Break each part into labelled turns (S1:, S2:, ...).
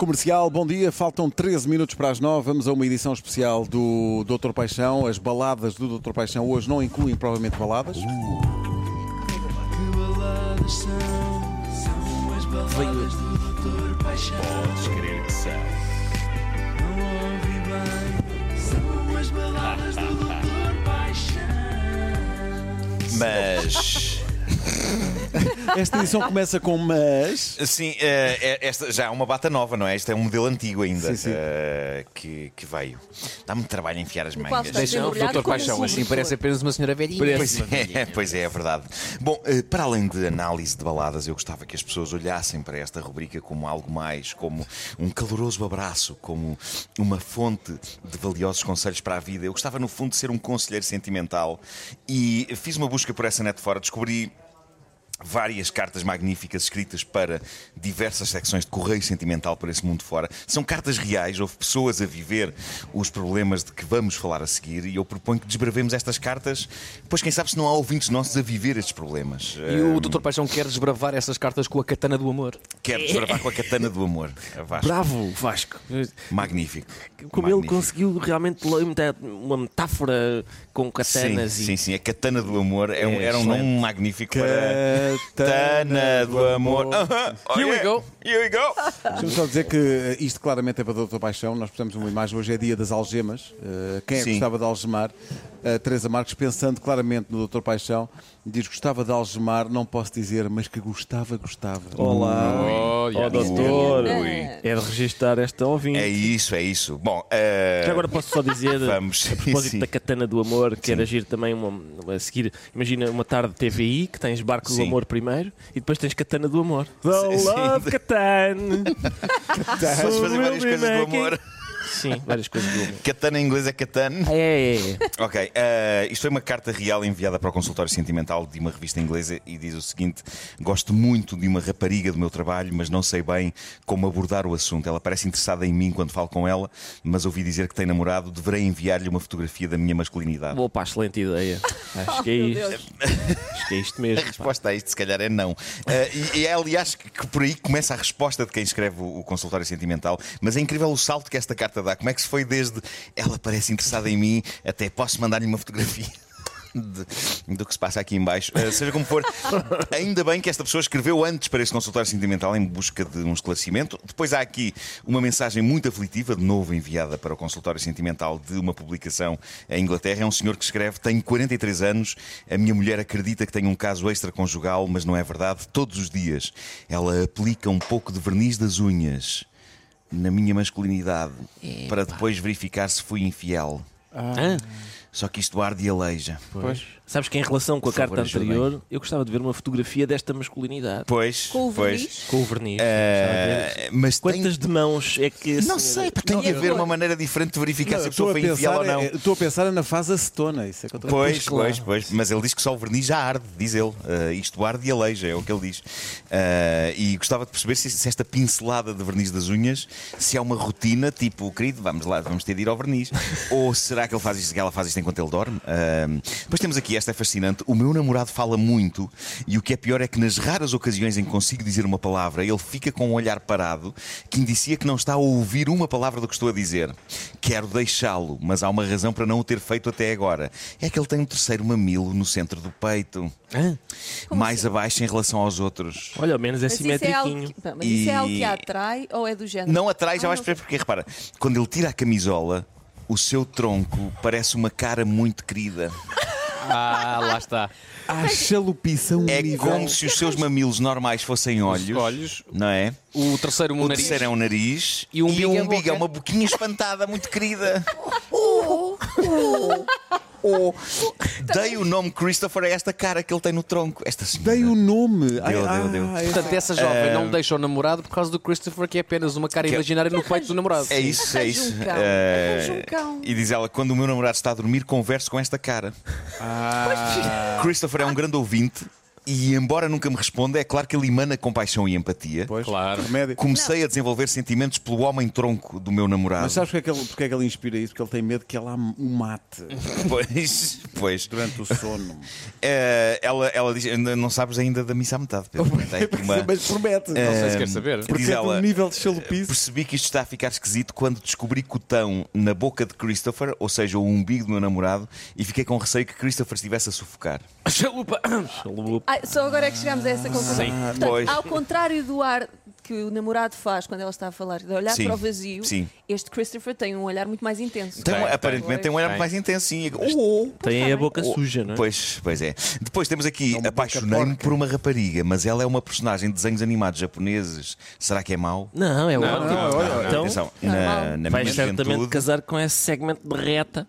S1: Comercial, bom dia. Faltam 13 minutos para as 9. Vamos a uma edição especial do Doutor Paixão. As baladas do Doutor Paixão hoje não incluem provavelmente baladas.
S2: Que baladas são? São as baladas do Doutor Paixão. Podes crer que são. Não ouvi bem. São as baladas do Doutor Paixão.
S3: Mas,
S1: Esta edição começa com mas.
S3: assim, eh, eh, esta já é uma bata nova, não é? Este é um modelo antigo ainda
S1: Sim, sim.
S3: eh, que, que veio. Dá muito trabalho enfiar as
S4: qual
S3: mangas.
S4: está
S5: Deixa o
S4: Embrulhado
S5: doutor
S4: como
S5: Paixão,
S4: um
S5: assim parece apenas uma senhora velhinha.
S3: Pois é, pois é, é verdade. Bom, eh, para além de análise de baladas, eu gostava que as pessoas olhassem para esta rubrica como algo mais, como um caloroso abraço, como uma fonte de valiosos conselhos para a vida. Eu gostava, no fundo, de ser um conselheiro sentimental e fiz uma busca por essa net fora, descobri. Várias cartas magníficas escritas para diversas secções de correio sentimental por esse mundo fora. São cartas reais, houve pessoas a viver os problemas de que vamos falar a seguir e eu proponho que desbravemos estas cartas, pois quem sabe se não há ouvintes nossos a viver estes problemas.
S5: E o doutor Paixão quer desbravar essas cartas com a katana do amor.
S3: Eh, Quero desbravar com a katana do amor. Vasco.
S6: Bravo, Vasco.
S3: Magnífico.
S6: Como ele
S3: Magnífico.
S6: conseguiu realmente ler muita- uma metáfora com
S3: Sim,
S6: katanas e.
S3: sim, sim, a Katana do Amor é um-
S6: É
S3: era um
S6: excelente.
S3: nome magnífico para.
S1: Katana
S3: Katana
S1: do
S3: do Amor.
S1: Amor.
S3: Aham, oh
S5: Here we
S3: yeah,
S5: go.
S3: Here we go.
S1: Deixa-me só dizer que isto claramente é para o Doutor Paixão. Nós pusemos uma imagem. Hoje é dia das algemas. Uh, Quem é que
S3: Sim.
S1: gostava de algemar? A Teresa Marques, pensando claramente no Doutor Paixão, diz: Gostava de algemar, não posso dizer, mas que gostava, gostava.
S6: Ah,
S7: Olá,
S5: Oh,
S7: ó doutor.
S4: Ui.
S7: É de registar esta ouvinte.
S3: É isso, é isso. Bom, eh,
S6: Já agora posso só dizer,
S3: Vamos,
S6: a propósito
S3: sim.
S6: da Katana do Amor, que era agir também uma, a seguir, imagina uma tarde de TVI, que tens Barco do
S3: Sim.
S6: Amor primeiro e depois tens Katana do Amor. The Love Katana!
S3: posso fazer várias
S6: We'll be
S3: coisas do
S6: back in-
S3: amor.
S6: Sim, várias coisas do amor.
S3: Katana em inglês é Katana.
S6: É, é, é.
S3: Ok, eh, isto foi uma carta real enviada para o consultório sentimental de uma revista inglesa e diz o seguinte: Gosto muito de uma rapariga do meu trabalho, mas não sei bem como abordar o assunto. Ela parece interessada em mim quando falo com ela, mas ouvi dizer que tem namorado, deverei enviar-lhe uma fotografia da minha masculinidade.
S6: Opa, é. excelente ideia. Acho que é
S4: Oh, Meu
S6: isto.
S4: Deus.
S6: Acho que é isto
S3: A
S6: mesmo. pá.
S3: resposta a isto, se calhar, é não. Eh, e, e é, aliás, que, que por aí começa a resposta de quem escreve o, o consultório sentimental. Mas é incrível o salto que esta carta dá. Como é que se foi desde ela parece interessada em mim até posso mandar-lhe uma fotografia? de- do que se passa aqui em baixo. Eh, seja como for, ainda bem que esta pessoa escreveu antes para esse consultório sentimental em busca de um esclarecimento. Depois há aqui uma mensagem muito aflitiva, de novo enviada para o consultório sentimental de uma publicação em Inglaterra. É um senhor que escreve: Tenho 43 anos, a minha mulher acredita que tenho um caso extraconjugal, mas não é verdade. Todos os dias ela aplica um pouco de verniz das unhas na minha masculinidade para depois verificar se fui infiel. Ah.
S6: Hã?
S3: Só que isto arde e aleija.
S6: Sabes que em relação com a
S3: Por favor,
S6: carta anterior, eu gostava de ver uma fotografia desta masculinidade.
S3: Pois,
S4: Com o
S3: pois.
S4: verniz?
S6: Com o verniz.
S3: Eh, mas
S6: Quantas
S3: tem...
S6: de mãos é que. a
S3: Não
S6: senhora-
S3: sei, porque tem
S4: Não,
S3: de haver
S4: eu-
S3: uma maneira diferente de verificar se a
S1: estou,
S3: pessoa
S1: a
S3: foi infiel
S1: pensar,
S3: ou não.
S1: é- estou a pensar na fase acetona. Isso é que eu estou a
S3: Pois, pois, pois, mas ele diz que só o verniz já arde, diz ele. Eh, isto arde e aleija, é o que ele diz. Eh, e gostava de perceber se, se esta pincelada de verniz das unhas, se é uma rotina, tipo, querido, vamos lá, vamos ter de ir ao verniz. Ou será que ele faz isto, que ela faz isto enquanto ele dorme? Eh, depois temos aqui, esta é fascinante. O meu namorado fala muito e o que é pior é que nas raras ocasiões em que consigo dizer uma palavra, ele fica com um olhar parado que indicia que não está a ouvir uma palavra do que estou a dizer. Quero deixá-lo, mas há uma razão para não o ter feito até agora. É que ele tem um terceiro mamilo no centro do peito,
S6: Hã?
S3: mais
S4: assim?
S3: abaixo em relação aos outros.
S6: Olha, ao menos é
S4: Mas isso é, algo
S6: simétriquinho.
S4: que, mas isso é algo que
S3: E-
S4: a atrai ou é do género?
S3: Não atrás, já
S4: Ah,
S3: vais
S4: não
S3: perceber porque, repara, quando ele tira a camisola, o seu tronco parece uma cara muito querida.
S5: Ah, lá está.
S1: A chalupição
S3: É como se os seus mamilos normais fossem olhos.
S5: olhos.
S3: Não é?
S5: O terceiro, um
S3: O
S5: nariz.
S3: terceiro é um nariz
S5: E o umbigo é a
S3: umbigo
S5: boca.
S3: é uma boquinha espantada, muito querida. Oh. Dei o nome Christopher a esta cara que ele tem no tronco. Esta senhora.
S1: Dei o nome. Ai,
S3: Deu,
S1: ah,
S3: deu, deu.
S1: é-
S5: Portanto, essa jovem não deixa o namorado por causa do Christopher, que é apenas uma cara
S3: Que-
S5: imaginária no peito do namorado.
S3: É isso, é
S4: Arranja
S3: isso.
S4: um cão,
S3: Eh,
S4: arranja um cão.
S3: E diz ela: quando o
S1: Ah.
S3: meu namorado está a dormir, converso com esta cara. Christopher é um grande ouvinte. e, embora nunca me responda, é claro que ele emana compaixão e empatia.
S1: Pois,
S5: Claro.
S1: remédio.
S3: Comecei a desenvolver sentimentos pelo homem tronco do meu namorado.
S1: Mas sabes porque é, que ele, porque é que ele inspira isso? Porque ele tem medo que ela o mate
S3: Pois, pois.
S1: durante o sono.
S3: Eh, ela, ela diz: "N- Não sabes ainda da missa à metade, Pedro. Tem aqui uma-
S1: Mas é promete.
S5: Não sei se quer saber.
S3: Diz
S1: Porque é
S3: ela,
S1: um nível de chalupice.
S3: Percebi que isto está a ficar esquisito quando descobri cotão na boca de Christopher, ou seja, o umbigo do meu namorado, e fiquei com receio que Christopher estivesse a sufocar.
S6: Chalupa.
S4: Ah, só agora é que chegamos a essa conclusão.
S6: Sim.
S4: Portanto,
S3: Pois.
S4: ao contrário do ar que o namorado faz quando ela está a falar, de olhar
S3: Sim.
S4: para o vazio,
S3: Sim.
S4: este Christopher tem um olhar muito mais intenso. é?
S3: Então, aparentemente, tem um olhar
S6: Tem.
S3: mais intenso. Sim.
S6: Tem a boca suja, não é?
S3: Oh, Pois, pois é. Depois temos aqui
S1: É uma
S3: apaixonei-me
S1: boca
S3: por uma rapariga, mas ela é uma personagem de desenhos animados japoneses. Será que é mau?
S6: Não, é ótimo. então,
S3: Atenção, É
S4: Normal.
S3: na, na minha
S6: vais certamente
S3: juventude,
S6: casar com esse segmento de reta.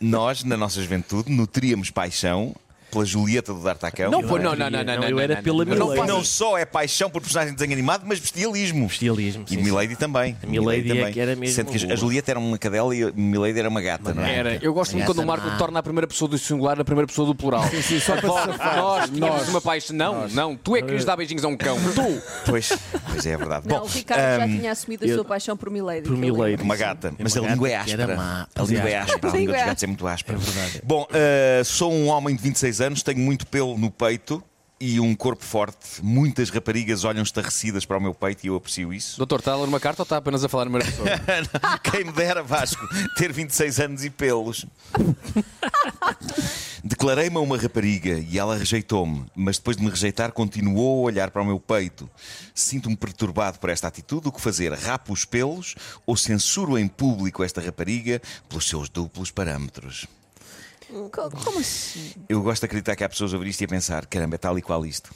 S3: nós, na nossa juventude, nutríamos paixão pela Julieta do D'Artacão.
S5: Não, pô, não,
S6: era-
S5: não, não, não,
S6: não,
S5: não.
S6: eu era
S5: não,
S6: pela
S5: não, não,
S3: Não,
S6: Milady.
S3: não só é paixão por personagem de desenho animado, mas bestialismo.
S6: Bestialismo,
S3: E
S6: sim,
S3: Milady também.
S6: Milady é que era mesmo
S3: Sendo que
S6: boa.
S3: a Julieta era uma cadela e a Milady era uma gata, não é?
S5: Era. Eu gosto muito quando o Marco torna a primeira pessoa do singular na primeira pessoa do plural. Sim, sim, só para Nós tínhamos uma paixão. Não, não. Tu é que lhes dá beijinhos a um cão. Tu.
S3: Pois, pois é, é verdade.
S4: Não,
S3: Bom, hum,
S4: o Ricardo
S3: ahm,
S4: já tinha assumido a sua paixão por Milady.
S6: Por
S4: que eu
S6: Milady.
S4: lembro.
S3: uma gata, mas
S6: uma
S3: a língua é
S6: gata que era
S3: áspera.
S6: má.
S3: A língua é áspera, a
S4: A
S3: língua dos
S4: língua é
S3: gatos é muito áspera. Bom, ah, sou um homem de 26 anos, tenho muito pelo no peito e um corpo forte. Muitas raparigas olham estarrecidas para o meu peito e eu aprecio isso.
S5: Doutor, está a ler uma carta ou está apenas a falar numa pessoa?
S3: Quem me dera, Vasco, ter 26 anos e pelos. Declarei-me a uma rapariga e ela rejeitou-me, mas depois de me rejeitar continuou a olhar para o meu peito. Sinto-me perturbado por esta atitude. O que fazer? Rapo os pelos ou censuro em público esta rapariga pelos seus duplos parâmetros?
S4: é um Co- Como assim?
S3: Eu gosto de acreditar que há pessoas a ver isto e a pensar: caramba, é tal e qual isto.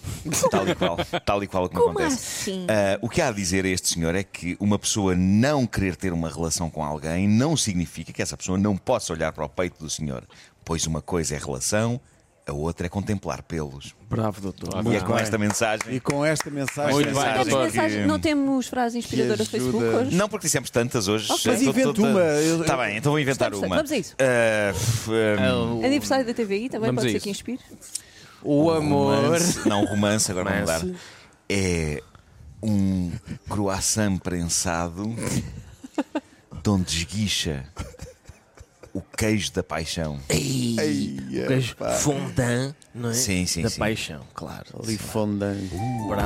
S3: Tal e qual. Tal e qual o que me
S4: Como
S3: acontece.
S4: assim?
S3: Ah, o que há a dizer a este senhor é que uma pessoa não querer ter uma relação com alguém não significa que essa pessoa não possa olhar para o peito do senhor. Pois uma coisa é relação, a outra é contemplar pelos.
S7: Bravo, doutor.
S3: e é com
S1: bem.
S3: esta mensagem.
S1: E com esta mensagem.
S5: Muito bem.
S4: Temos
S3: Acho
S4: mensagens-
S3: Ah, que-
S4: não temos frase inspiradora no
S1: ajuda.
S4: Facebook hoje?
S3: Não, porque dissemos tantas hoje. eh,
S4: Ok. Mas
S1: inventa uma, eu- É
S3: Está bem, então vou inventar
S4: Gostamos,
S3: uma.
S4: vamos a isso.
S3: Ah, f- ah,
S4: Aniversário da TVI também
S5: Vamos
S4: pode
S5: a
S4: ser
S5: isso.
S4: que inspire.
S5: O amor.
S3: romance- não, um romance, agora vamos mudar. É um croissant prensado de onde esguicha o queijo da paixão.
S6: Ei, o queijo fondant, não é?
S3: Sim, sim,
S6: Da
S3: sim.
S6: paixão, claro.
S1: Ali fonda.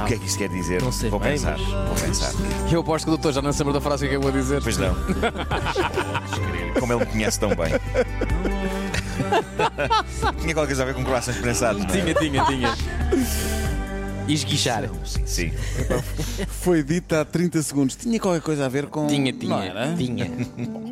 S3: O que é que isso quer dizer?
S6: Não sei
S3: vou
S6: bem,
S3: pensar, vou pensar.
S5: Eu aposto que o doutor já não se lembra da frase que eu vou dizer.
S3: Pois não. Como ele me conhece tão bem. Tinha qualquer coisa a ver com croissants prensados, não é?
S5: Tinha, tinha, tinha. E esguichar.
S3: Sim.
S1: Foi dita há 30 segundos. Tinha qualquer coisa a ver com.
S5: Tinha,
S1: Não
S5: tinha.
S1: era?
S5: Tinha.